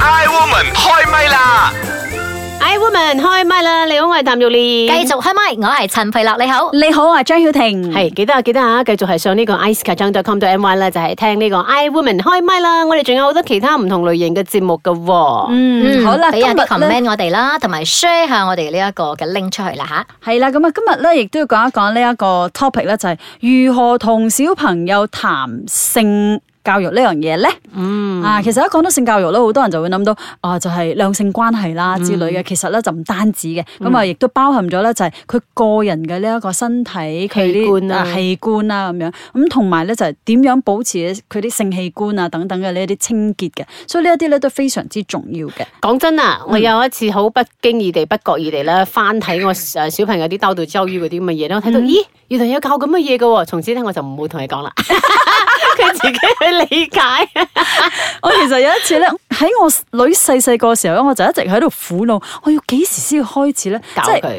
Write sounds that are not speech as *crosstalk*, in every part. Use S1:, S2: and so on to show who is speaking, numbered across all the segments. S1: Iwoman 開唛啦！
S2: I woman 開麥啦！你好，我係譚玉蓮。
S3: 繼續開麥，我係陳培樂，你好。
S4: 你好啊，張曉婷。
S2: 係記得啊，記得啊，繼續係上呢個 icekacang.com.my 啦，就係聽呢個 I woman 開麥啦。我哋仲有好多其他唔同類型嘅節目噶。
S4: 嗯，好啦，
S3: 俾
S4: 今
S3: 下
S4: 日
S3: 啲
S4: 咧
S3: comment 我哋啦，同埋 share 下我哋呢一個嘅 link 出去啦吓。
S4: 係啦，咁啊，今日咧亦都要講一講呢一個 topic 咧，就係如何同小朋友談性。教育呢樣嘢咧，嗯啊，其實一講到性教育咧，好多人就會諗到啊，就係兩性關係啦之類嘅。其實咧就唔單止嘅，咁啊亦都包含咗咧就係佢個人嘅呢一個身體佢
S2: 器
S4: 啲
S2: 官啊
S4: 器官啊咁樣，咁同埋咧就係點樣保持佢啲性器官啊等等嘅呢一啲清潔嘅，所以呢一啲咧都非常之重要嘅。
S2: 講真啊，
S4: 嗯
S2: 我有一次好不經意地、不覺意地咧，翻睇我
S4: 嗯
S2: 誒小朋友啲兜到周於嗰啲咁嘅嘢咧，我睇到咦，原來有教咁嘅嘢嘅喎。從此咧我就唔會同你講啦， *laughs* 佢自己去理解。
S4: *laughs* 我其實有一次咧，喺我女細細個嘅時候咧，我就一直喺度苦惱，我要幾時先要開始咧？
S2: 搞
S4: 即係
S2: 佢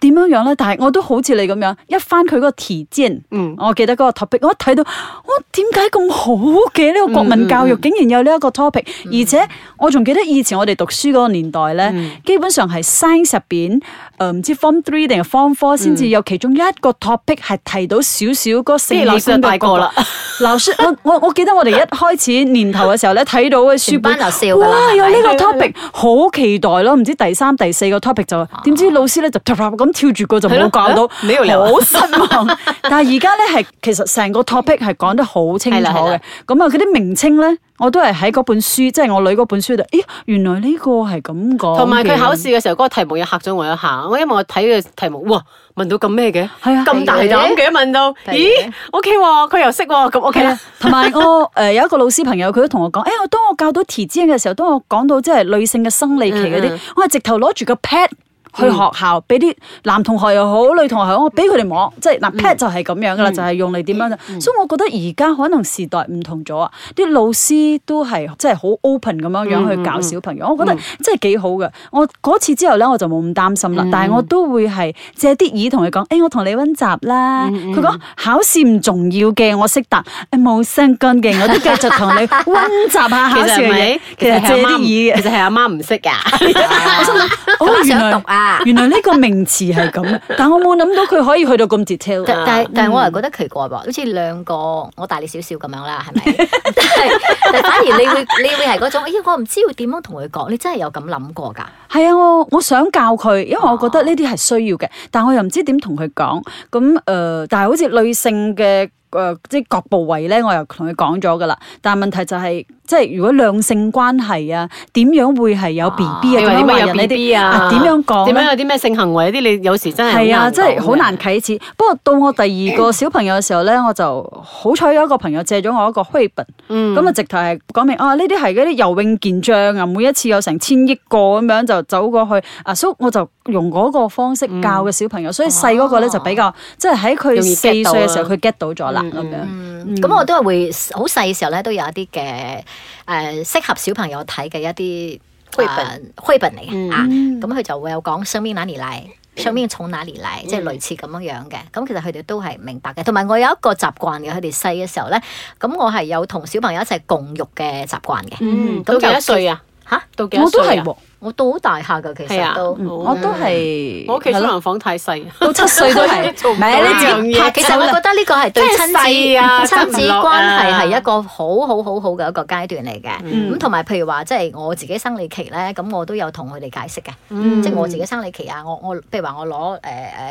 S4: 點樣樣咧？但係我都好似你咁樣，一翻佢嗰個題尖，
S2: 嗯
S4: 我記得嗰個 topic，我一睇到，我點解咁好嘅呢、個國民
S2: 嗯
S4: 教育竟然有呢一個 topic？、而且我仲記得以前我哋讀書嗰個年代咧，
S2: 嗯
S4: 基本上係 science 入邊，誒、唔知 form three 定係 form four 先至有其中一個 topic 係提到少少嗰個性器
S2: 嗯即係老
S4: 官
S2: 師
S4: 嘅
S2: 就大個啦
S4: 角度老師，我我我記得我哋一開始年頭嘅時候咧，睇到嘅
S3: 全
S4: 書本，
S3: 班就笑㗎啦
S4: 哇！有呢個
S2: 係咪
S4: topic，好期待咯。唔知第三、第四個 topic 就點知老師咧就啪啪咁跳住個就冇教
S2: 啊係
S4: 到
S2: 咯，你又嚟啊
S4: 好失
S2: *laughs*
S4: 望。但係而家咧係其實成個 topic 係講得好清楚
S2: 係啦係
S4: 嘅
S2: 啦，
S4: 咁啊嗰啲名稱咧我都係喺嗰本書，即係我女嗰本書度，咦原來呢個係咁講嘅，
S2: 同埋佢考試嘅時候，嗰、個題目又嚇咗我一下。我因為我睇嘅題目，哇，問到咁咩嘅，
S4: 係啊
S2: 咁大膽嘅問到，
S3: 係嘅
S2: 咦，OK 喎，佢又識喎，咁 OK
S4: 係
S2: 啦
S4: 啊。，同埋
S2: *laughs*
S4: 我誒有一個老師朋友，佢都同我講，誒、我當我教到提子嘅時候，當我講到即係女性嘅生理期嗰啲，
S2: 嗯嗯嗯
S4: 我係直頭攞住個 pad。去學校俾啲男同學又好，女同學又好，我俾佢哋摸，即係
S2: 嗯
S4: 嗱 pad 就係咁樣噶啦，就係用嚟點樣。所以我覺得而家可能時代唔同咗啊，啲老師都係即係好 open 咁樣
S2: 嗯
S4: 樣去教小朋友，我覺得真係幾好嘅。我嗰次之後咧，我就冇咁擔心
S2: 嗯
S4: 啦，但係我都會係借啲耳同佢講，誒我同你温習啦。
S2: 嗯
S4: 佢講考試唔重要嘅，我識答，誒冇相干嘅，我都繼續同你温習下考
S2: *laughs* 其實係
S4: 試嘅
S2: 咪
S4: 嘢。其實借啲
S2: 阿媽唔
S4: 耳
S2: *laughs* 其。
S4: 嘅
S2: 實係阿媽唔識
S4: *laughs*
S2: 噶。*laughs*
S4: 我心諗，
S3: 咁
S4: 哦，
S3: 我
S4: 原
S3: 想
S4: 來
S3: 讀啊
S4: 原來呢個名詞係咁，但我冇諗到佢可以去到咁 detail
S3: 但
S4: 啊。
S3: 但係但係我係覺得奇怪喎，好似兩個我大你少少咁樣啦，係咪？ *laughs* 但係但係反而你會你會係嗰種，咦我唔知要點樣同佢講，你真係有咁諗過㗎？
S4: 係啊，我我想教佢，因為
S2: 啊
S4: 我覺得呢啲係需要嘅，但我又唔知點同佢講。咁誒、呃但係好似女性嘅誒、呃即係各部位咧，我又同佢講咗噶啦。但係問題就係、即係如果兩性關係啊，點樣會係有 B
S2: *laughs*
S4: B 啊？
S2: 你話
S4: 點樣
S2: 點解
S4: 懷
S2: 有
S4: 孕呢
S2: B
S4: 啲
S2: B 啊？
S4: 點樣講
S2: 點
S4: 咧
S2: 樣有啲咩性行為呢啲？你有時真係
S4: 係啊，真係
S2: 講
S4: 好
S2: 嘅
S4: 難啟齒。不過到我第二個小朋友嘅時候咧，我就好彩有一個朋友借咗我一個虛本，
S2: 嗯
S4: 咁啊直頭係講明啊呢啲係嗰啲游泳健將啊，每一次有成千億個咁樣就走過去啊，所以我就用嗰個方式教嘅小朋友，所以細嗰個咧就比較即係喺佢
S2: 嗯哦容易
S4: 四
S2: get
S4: 歲
S2: 到啊
S4: 嘅時候佢 get 到咗啦咁樣。
S3: 嗯，咁我都係會好細嘅時候咧，都有一啲嘅誒適合小朋友睇嘅一啲
S2: 繪本
S3: 呃繪本嚟
S2: 嗯
S3: 嘅啊，咁佢就會有講生命哪裡嚟。生命從哪裡嚟，
S2: 嗯
S3: 即係類似咁樣樣嘅。咁其實佢哋都係明白嘅。同埋我有一個習慣嘅，佢哋細嘅時候咧，咁我係有同小朋友一齊共浴嘅習慣嘅。
S2: 嗯，
S3: 咁
S2: 到幾
S3: 就
S2: 多歲啊？
S3: 吓，
S2: 到幾多
S4: 我都
S2: 歲
S4: 係
S2: 啊？
S4: 喎，
S3: 我到好大下㗎，其
S2: 係啊
S3: 實都。
S4: 嗯
S2: 好
S4: 我都
S2: 我屋企
S4: 係係
S2: 雙
S4: 咯
S2: 人房太細。
S4: 到七歲都係
S2: *laughs* 做唔到
S4: 係
S2: 呢
S4: 你
S2: 樣
S4: 自己
S2: 嘢
S4: 拍
S3: 其實我覺得呢個係對親
S2: 即係細
S3: 子、嗯
S2: 啊
S3: 親子
S2: 執唔落
S3: 關
S2: 啊
S3: 係係一個好好好好嘅一個階段嚟嘅。
S4: 嗯
S3: 咁同埋譬如話，即係我自己生理期咧，咁我都有同佢哋解釋嘅。
S2: 嗯
S3: 即係我自己生理期啊，我我譬如話我攞誒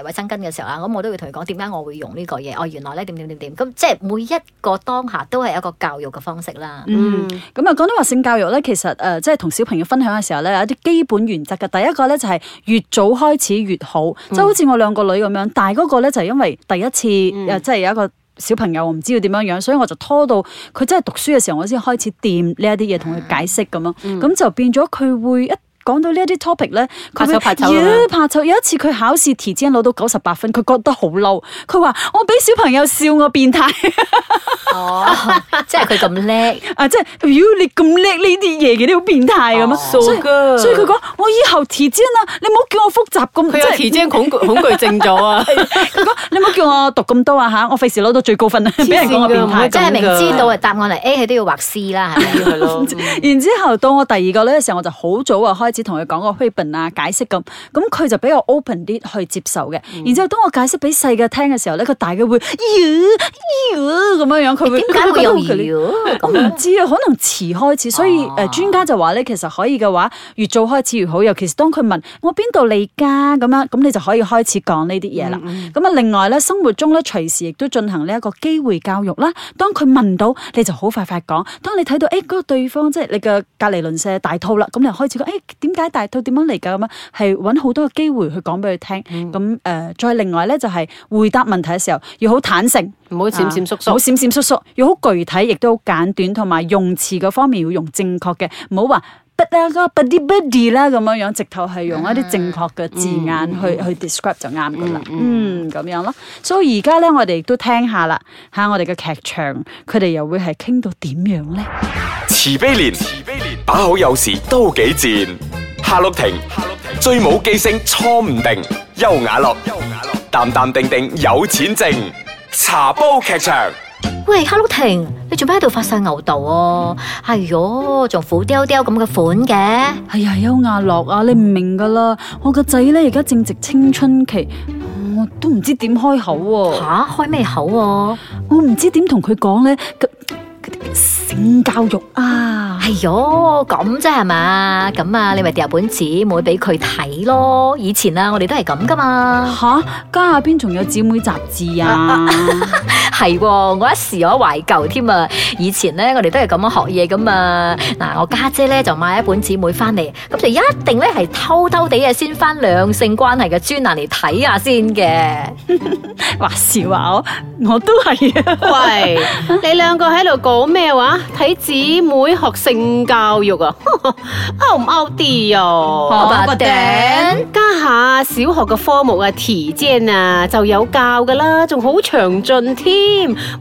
S3: 誒衞生巾嘅時候啊，咁我都會同佢講點解我會用呢個嘢。哦，原來咧點點點點，咁即係每一個當下都係一個教育嘅方式
S2: *laughs*
S3: 啦。
S4: 嗯，咁啊，講到話性教育咧，其實誒、呃即係同小朋友分享嘅時候咧，有一啲基本原則嘅。第一個咧就係、越早開始越好，即係好似我兩個女咁樣，大嗰個咧就係因為第一次誒、呃即係有一個。小朋友我唔知道點樣樣，所以我就拖到佢真係讀書嘅時候，我先開始掂呢一啲嘢，同佢解釋咁樣，咁、就變咗佢會一講到呢一啲 topic 咧，佢會
S2: 怕醜怕醜啦
S4: 咦怕醜。有一次佢考試提前攞到九十八分，佢覺得好嬲，佢話我俾小朋友笑我變態
S3: 哦，即係佢咁
S2: *laughs*
S3: 叻，
S4: 啊！即係妖你咁叻呢啲嘢嘅，你好變態咁啊！
S3: 哦
S4: 所以
S2: 傻㗎
S4: 所以佢講我以後提前啊，你唔好叫我複雜咁，
S2: 佢
S4: 即
S2: 有
S4: 係
S2: 提精恐懼恐懼症咗
S4: *laughs*
S2: 啊！
S4: 佢講你唔好叫我讀咁多啊嚇，我費事攞到最
S3: *laughs*
S4: 高分啊，俾人講我變
S2: 唔可以咁
S4: 態
S2: 㗎。
S3: 即係明知道係答案嚟 A，佢都要畫 C 啦，係
S2: *laughs*
S3: 咪？
S2: 係咯，
S4: 然之後到我第二個咧嘅時候，我就好早啊開始同佢講個 ribbon 啊解釋咁，咁佢就比較 open 啲去接受嘅。
S3: 嗯
S4: 然之後當我解釋俾細嘅聽嘅時候咧，個大嘅會妖妖咁樣樣，佢會
S3: 點解
S4: 佢
S3: 會
S4: 覺得
S3: 有
S4: 好激烈
S3: 妖
S4: 我
S3: 咁
S4: 唔知啊，可能遲開始，所以誒專家就話咧，其實可以嘅話，越早開始越好。尤其是當佢問我邊度嚟㗎咁樣，咁你就可以開始講呢啲嘢啦。咁啊，另外咧，生活中咧隨時亦都進行呢一個機會教育啦。當佢問到，你就好快快講。當你睇到誒嗰個對方即係你嘅隔離鄰舍大肚啦，咁你就開始講誒點解大肚點樣嚟㗎咁樣，係揾好多嘅機會去講俾佢聽。咁誒，再另外咧就係回答問題嘅時候要好坦誠。
S2: 唔好閃閃縮
S4: 啊唔好
S2: 縮。
S4: 閃閃縮縮，要好具體，亦都好簡短，同埋用詞嗰方面要用正確嘅，唔好話。不啦，嗰個 buddy buddy 啦，咁樣樣，直頭係用一
S2: 啊
S4: 啲正確嘅字眼去、
S2: 嗯
S4: 去 describe 就啱噶啦，嗯，咁樣咯。所以而家咧，我哋亦都聽下啦，嚇我哋嘅劇場，佢哋又會係傾到點樣咧？
S1: 慈悲蓮，慈悲蓮，把口有時都幾賤。夏綠庭，夏綠庭，最冇記性錯唔定。優雅樂，優雅樂，淡淡定定有錢剩。茶煲劇場。
S3: 喂，Hello 婷，你做咩喺度發晒牛痘啊？哎哟，仲苦雕雕咁嘅款嘅，
S4: 哎呀，優雅樂啊，你唔明噶啦，我個仔咧而家正值青春期，我都唔知點開口喎、
S3: 吓開咩口啊？
S4: 我唔知點同佢講咧，佢佢哋嘅性教育啊，
S3: 哎哟，咁啫係嘛？咁啊，你咪掉本紙妹俾佢睇咯。以前啊，我哋都係咁噶嘛。
S4: 吓啊家下邊仲有姊妹雜誌啊， *laughs*
S3: 係喎，我一時我懷舊添啊！以前咧，我哋都係咁樣學嘢噶嘛。嗱，我家姐咧就買一本姊妹翻嚟，咁就一定咧係偷偷地啊先翻兩性關係嘅專欄嚟睇下先嘅。
S4: 話時話我我都係啊，
S2: 喂，你兩個喺度講咩話？睇姊妹學性教育啊 *laughs* ，out 唔 out 啲
S4: 好
S2: 啊？
S4: 吧
S3: 我頂
S2: 家下小學嘅科目啊，提精啊就有教噶啦，仲好詳盡添。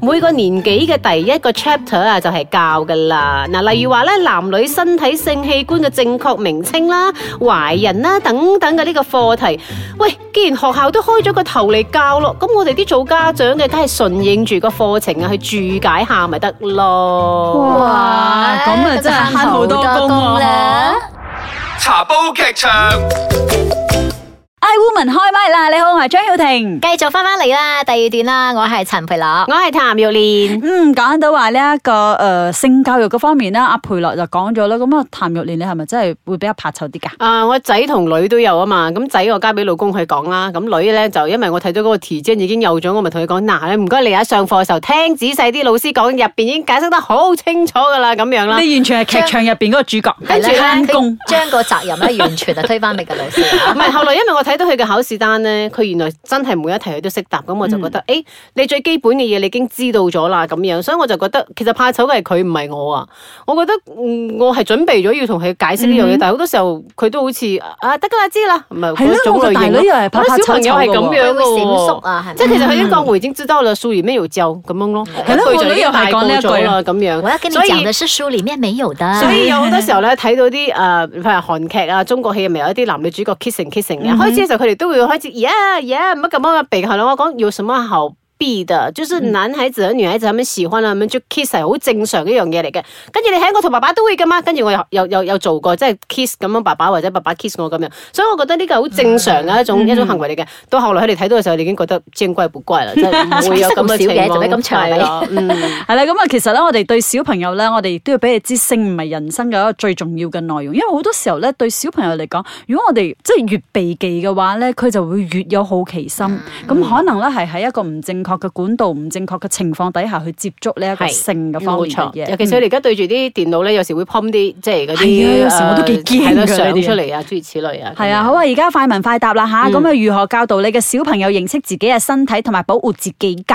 S2: 每個年紀嘅第一個 chapter 啊，就係教噶啦。嗱，例如話咧，男女身體性器官嘅正確名稱啦、懷孕啦等等嘅呢個課題。喂，既然學校都開咗個頭嚟教咯，咁我哋啲做家長嘅，梗係順應住個課程啊，去注解下咪得咯。
S4: 哇，咁啊真係慳好多工啊！
S1: 茶煲劇場。
S4: I woman 開麥啦！你好，我係張曉婷。
S3: 繼續翻翻嚟啦，第二段啦，我係陳培樂。
S2: 我係譚玉蓮，
S4: 嗯，講到話呢一個誒、呃性教育嗰方面啦，阿培樂就講咗啦。咁啊，譚玉蓮你係咪真係會比較怕醜啲㗎？
S2: 啊，我仔同女都有啊嘛，咁仔我交俾老公去講啦，咁女咧就因為我睇到嗰個 T 姐已經有咗，我咪同佢講嗱，你唔該你喺上課嘅時候聽仔細啲，老師講入邊已經解釋得好清楚噶啦，咁樣啦。
S4: 你完全係劇場入邊嗰個主角，
S2: 跟住咧
S4: 慳
S3: 佢
S4: 工
S3: 將個責任咧完全係推翻俾個老師。
S2: 唔係，後來因為我睇到佢嘅考試單咧，佢原來真係每一題佢都識答，咁我就覺得，誒、
S4: 嗯
S2: 你最基本嘅嘢你已經知道咗啦，咁樣，所以我就覺得其實怕醜嘅係佢，唔係我啊。我覺得、嗯我係準備咗要同佢解釋呢樣嘢，
S4: 嗯
S2: 但係好多時候佢都好似啊得㗎啦，知啦，唔係
S4: 係咯
S2: 嗰種
S4: 我個
S2: 類
S4: 大
S2: 型
S4: 女
S2: 咯。
S4: 又係怕
S2: 我覺
S4: 怕
S2: 得小
S4: 醜
S2: 朋友
S4: 醜
S2: 係
S4: 嘅
S2: 咁
S4: 喎
S2: 樣
S3: 佢 *laughs* 會
S2: 嘅
S3: 閃縮
S2: 喎。
S3: 啊，
S2: 即
S3: 係
S2: 係
S3: 咪？
S2: 其實佢已經講我已經知道啦，數而咩要教咁樣咯。
S4: 係咯
S2: 一句就
S4: 我
S2: 已
S4: 女
S2: 經
S4: 又係講呢一句
S2: 大個咗啦咁樣。
S3: 我要跟你
S2: 所以
S3: 講的是書裡面沒有的。
S2: 所以有好多時候咧，睇到啲誒，呃譬如韓劇啊、中國戲，咪有一啲男女主角 kissing kissing
S3: 嗯
S2: 嘅。開始嘅時候，佢哋都會開始呀呀乜咁樣避下咯。我講有什麼好避的？就是
S3: 嗯
S2: 男孩子和女孩子咁樣喜歡啊，咁樣就 kiss 係好正常嘅一樣嘢嚟嘅。跟住你睇我同爸爸都會噶嘛。跟住我又又又又做過，即係 kiss 咁樣爸爸或者爸爸 kiss 我咁樣。所以我覺得呢個係好正
S3: 嗯
S2: 常嘅一種一種行為嚟嘅。到後來佢哋睇到嘅時候，你已經覺得見怪不怪啦，即係唔會有咁
S3: *laughs*
S2: 嘅情
S3: 識咁少嘅做
S2: 況。
S3: 咩咁長啊
S2: 係啦嗯
S4: 係啦，咁啊，其實咧，我哋對小朋友咧，我哋都要俾佢知性唔係人生嘅一個最重要嘅內容，因為好多時候咧，對小朋友嚟講，如果我哋即係越避忌嘅話咧，佢就會越有好奇心，
S2: 嗯
S4: 咁、可能咧係喺一個唔正確嘅管道、唔正確嘅情況底下去接觸呢一個
S2: 係
S4: 性嘅方面嘅嘢。嗯
S2: 尤其是佢哋而家對住啲電腦咧，有時會 pom 啲即係嗰
S4: 係啊
S2: 啲，
S4: 有時我都幾驚㗎
S2: 係
S4: 呢
S2: 咯
S4: 啲
S2: 相
S4: 嘢
S2: 出嚟啊，諸如此類啊。
S4: 係啊，好啊！而家快問
S2: 嗯
S4: 快答啦吓，咁啊、如何教導你嘅小朋友認識自己嘅身體同埋保護自己㗎？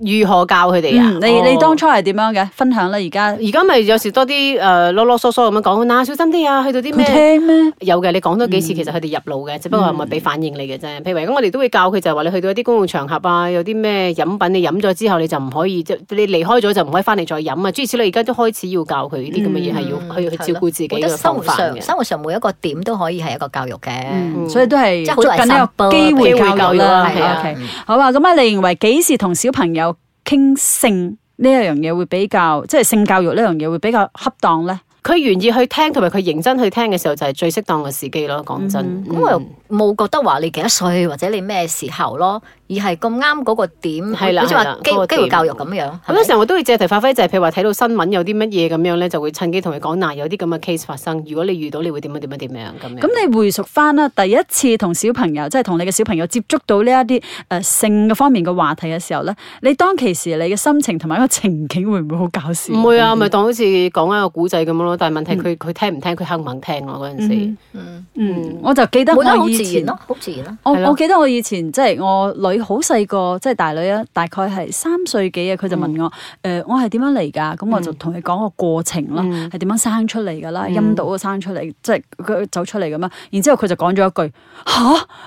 S2: 如何教佢哋啊
S4: 嗯，？你你
S2: 哦
S4: 當初係點樣嘅？分享啦，而家
S2: 而家咪有時多啲誒呃囉囉嗦嗦咁樣講，嗱小心啲啊，去到啲
S4: 佢
S2: 咩？
S4: 聽咩？
S2: 有嘅，你講多幾
S4: 嗯
S2: 次，其實佢哋入腦嘅，只不過係咪俾反應你嘅啫。譬如咁，我哋都會教佢就係話，你去到一啲公共場合啊，有啲咩飲品你飲咗之後，你就唔可以即係你離開咗就唔可以翻嚟再飲啊。諸如此類，而家都開始要教佢呢啲咁嘅嘢，係
S4: 嗯
S2: 要去去
S3: 係
S2: 照
S3: 咯
S2: 顧自己
S3: 我覺得
S2: 嘅
S3: 生
S2: 方
S3: 活
S2: 法
S3: 上
S2: 嘅。
S3: 生活上每一個點都可以係一個教育嘅。
S4: 嗯所以都係
S3: 即係好
S4: 捉緊呢個機會教育啦，
S2: 機會教育
S4: 係
S2: 啦
S4: 啊 OK，好啊。咁啊，你認為幾時同小朋友傾性呢一樣嘢會比較，即係性教育呢樣嘢會比較恰當咧？
S2: 佢願意去聽同埋佢認真去聽嘅時候，就係最適當嘅時機咯。講真，
S3: 咁我又
S2: 嗯
S3: 冇覺得話你幾多歲或者你咩時候咯，而係咁啱嗰個點，
S2: 係啦
S3: 好似
S2: 係啦
S3: 話機
S2: 嗰個點
S3: 機會教育咁啊樣。係
S2: 咁
S3: 咪
S2: 有時候我都會借題發揮，就係譬如話睇到新聞有啲乜嘢咁樣咧，就會趁機同佢講嗱，有啲咁嘅 case 發生，如果你遇到，你會點樣點樣點樣咁樣。
S4: 咁你回溯翻啦，第一次同小朋友，即係同你嘅小朋友接觸到呢一啲誒性嘅方面嘅話題嘅時候咧，你當其時你嘅心情同埋一個情景會唔會好搞笑？
S2: 唔會啊，咪當好似講一個古仔咁樣咯。但係問題佢佢聽唔聽，佢肯唔肯聽咯嗰陣時。
S3: 嗯
S4: 嗯，我就記得
S3: 冇得好
S4: 我以
S3: 自然
S4: 前
S3: 咯，好自然咯。
S4: 我
S2: 係咯
S4: 我記得我以前即係我女好細個，即係大女啊，大概係三歲幾啊，佢就問我誒、呃我係點樣嚟㗎？咁我就同佢講個過程啦，
S2: 嗯
S4: 係點樣生出嚟㗎啦，
S2: 嗯
S4: 陰道啊生出嚟，即係佢走出嚟咁樣。然之後佢就講咗一句吓，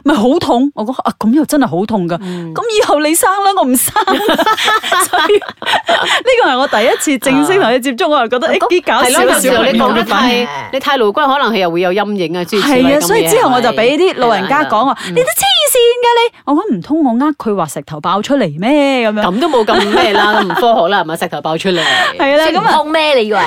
S4: 咪好痛！我講啊，咁又真係好痛㗎。
S2: 嗯
S4: 咁以後你生啦，我唔生。
S2: *laughs*
S4: 所以呢個係我第一次正式同佢接觸，我就覺得誒幾搞
S2: 係
S4: 笑啊
S2: 咯，有
S4: 嘅
S2: 時
S4: 小
S2: 候
S4: 朋
S2: 你
S4: 友
S2: 講得
S4: 嘅反應
S2: 太你太露骨，可能佢又會有陰影啊。諸如此類
S4: 係
S2: 咁
S4: 啊，
S2: 嘅嘢
S4: 所以之後我就俾啲老人家講啊
S2: 係啦嗯
S4: 話：你都黐線嘅你，我講唔通我呃佢話石頭爆出嚟咩咁
S2: 係啦
S4: 樣？
S2: 咁都冇咁咩啦，咁唔科學啦，係咪？石頭爆出嚟。
S4: *laughs* 係啦，
S3: 孫
S4: 咁
S3: 悟
S4: 啊，
S3: 空咩？你以為？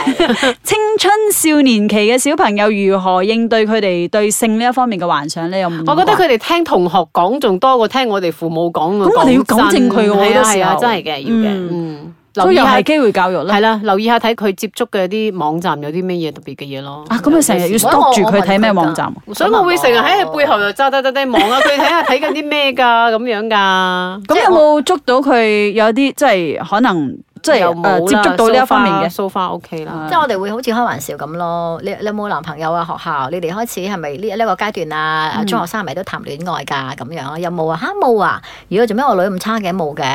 S4: 青春少年期嘅小朋友如何應對佢哋對性呢一方面嘅幻想咧？有冇？
S2: 我覺得佢哋聽同學講仲多過聽我哋父母講嘅
S4: 咁我哋要糾正佢嘅
S2: 講真
S4: 喎
S2: 係啊係
S4: 好多時候
S2: 啊真係嘅，要嘅。嗯，留
S4: 都
S2: 意
S4: 又
S2: 下
S4: 係機會教育啦
S2: 係。啦，留意下睇佢接觸嘅啲網站有啲咩嘢特別嘅嘢咯。
S4: 啊，咁佢成日要
S3: 所以我
S4: stop 住佢
S3: 我問
S4: 睇咩
S3: 佢㗎
S4: 網站？
S2: 所以我會成日喺佢背後又揸得得低望下佢睇下睇緊啲咩㗎咁樣㗎。
S4: 咁有冇捉到佢有啲即係可能即係
S2: 又冇啦
S4: 誒接觸到呢一方面嘅？嗯
S2: ，so far OK 啦。
S3: 即係我哋會好似開玩笑咁咯。你你有冇男朋友啊？學校你哋開始係咪呢呢個階段啊？
S4: 嗯
S3: 中學生係咪都談戀愛㗎咁樣？有冇啊？嚇冇啊！如果做咩我女咁差嘅冇
S4: *laughs*
S3: 嘅，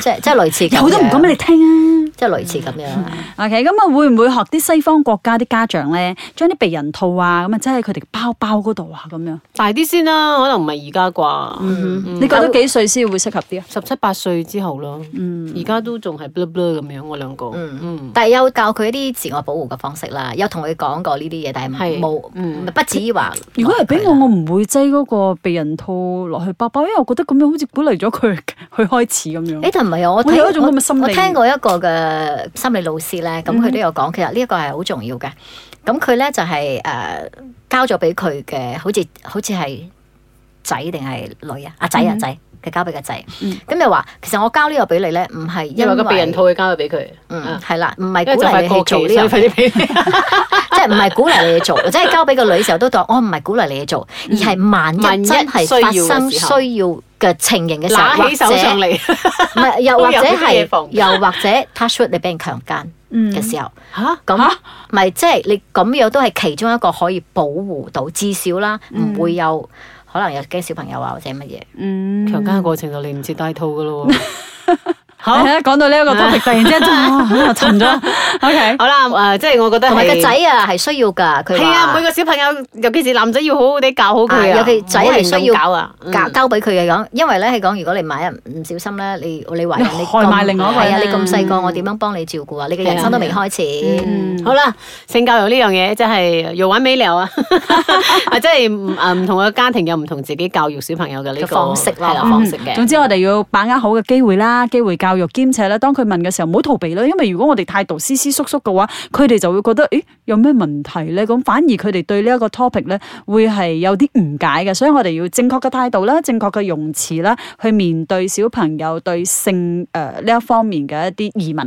S3: 即係即係類似咁樣。
S4: 有都唔講俾你聽啊！
S3: 即係類似咁樣啊。
S4: OK，咁啊會唔會學啲西方國家啲家長咧，將啲避孕套啊，咁啊即係佢哋包包嗰度啊，咁樣？
S2: 大啲先啦，可能唔係而家
S4: 嗯
S2: 啩，
S4: 你覺得幾歲先會適合啲啊？
S2: 十七八歲之後咯。
S4: 嗯
S2: 而家都仲係 blur blur 咁樣，我兩個。
S3: 嗯
S2: 嗯，
S3: 但係有教佢一啲自我保護嘅方式啦，有同佢講過呢啲嘢，但
S2: 係
S3: 係冇
S2: 嗯
S3: 不至於話。
S4: 如果係俾
S3: 啊
S4: 我，我唔會擠嗰個避孕套落去包包，因為我覺得咁樣好似鼓勵咗佢 *laughs* 去開始咁樣。
S3: 誒，但唔係啊！我
S4: 會
S3: 睇
S4: 有一種咁嘅心理
S3: 我我聽過一個嘅心理老師咧，
S2: 嗯
S3: 咁佢都有講，其實呢一個係好重要嘅。咁佢咧就係、誒、交咗俾佢嘅，好似好似係仔定係女啊？阿仔
S2: 嗯
S3: 啊仔，佢交俾個仔。
S4: 嗯
S3: 咁又話其實我交呢個俾你咧，唔係
S2: 因
S3: 因
S2: 為
S3: 為
S2: 個避孕，套去交咗俾佢，
S3: 嗯
S2: 啊
S3: 係啦，唔係
S2: 因為
S3: 鼓
S2: 就
S3: 勵
S2: 快
S3: 你
S2: 過
S3: 去
S2: 期，所
S3: 做呢
S2: 以
S3: 樣
S2: 快
S3: 嘢
S2: 啲。俾你。
S3: *laughs* 即係唔係鼓勵你
S2: *laughs*
S3: 去做，即係交俾個女嘅時候都當哦我唔係鼓勵你去做，而係萬
S2: 嗯萬一
S3: 一真係發生
S2: 需要嘅時候
S3: 需要嘅情形嘅
S2: *laughs*
S3: 時候，
S2: 揦起手
S3: 或者
S2: 上
S3: *laughs*
S2: 嚟，*laughs*
S3: 唔係又或者
S2: 都有啲嘢
S3: 係
S2: 防
S3: 又或者 touch wood 你俾人強姦
S4: 嗯
S3: 嘅時候，
S2: 嚇
S3: 咁咪即係你咁樣都係其中一個可以保護到，至少啦
S2: 嗯
S3: 唔會有可能有驚小朋友啊或者乜嘢。
S4: 嗯
S2: 強姦嘅過程就嚟唔切戴套嘅咯
S3: *laughs*
S2: 喎。好，
S4: 係啊，講到呢一個 topic，突然之間就啊沉
S3: *laughs*
S4: 咗。OK，
S2: 好啦，誒，即係我覺得
S3: 同埋個
S2: 係
S3: 仔。啊係需要㗎，佢
S2: 係啊，
S3: 話
S2: 每個小朋友，尤其是男仔，要好好地教好佢啊。
S3: 啊尤其仔係
S2: 唔好亂
S3: 需要
S2: 搞啊，嗯
S3: 交交俾佢嘅講，因為咧係講，如果你買唔小心咧，你你懷孕
S2: *laughs*
S4: 你
S3: 你
S4: 害埋
S3: 咁
S4: 另外一個
S3: 係啊，
S4: 人
S3: 你咁細個，我點樣幫你照顧啊？你嘅人生都未開始，
S2: 嗯，好啦，性教育呢樣嘢真係又玩尾聊
S3: *laughs*
S2: 啊，啊，即係唔啊唔同嘅家庭有唔同自己教育小朋友嘅呢個
S3: 嘅方式咯
S2: 係啦
S3: 嗯
S2: 方式嘅。
S4: 總之我哋要把握好嘅機會啦，機會教育兼且咧，當佢問嘅時候唔好逃避啦，因為如果我哋態度斯斯縮縮嘅話，佢哋就會覺得誒有咩問題咧？咁反而佢哋對呢一個 topic 咧會係有啲誤解嘅，所以我哋要正確嘅態度啦，正確嘅呃用詞啦，去面對小朋友對性誒呢、一方面嘅一啲疑問啦。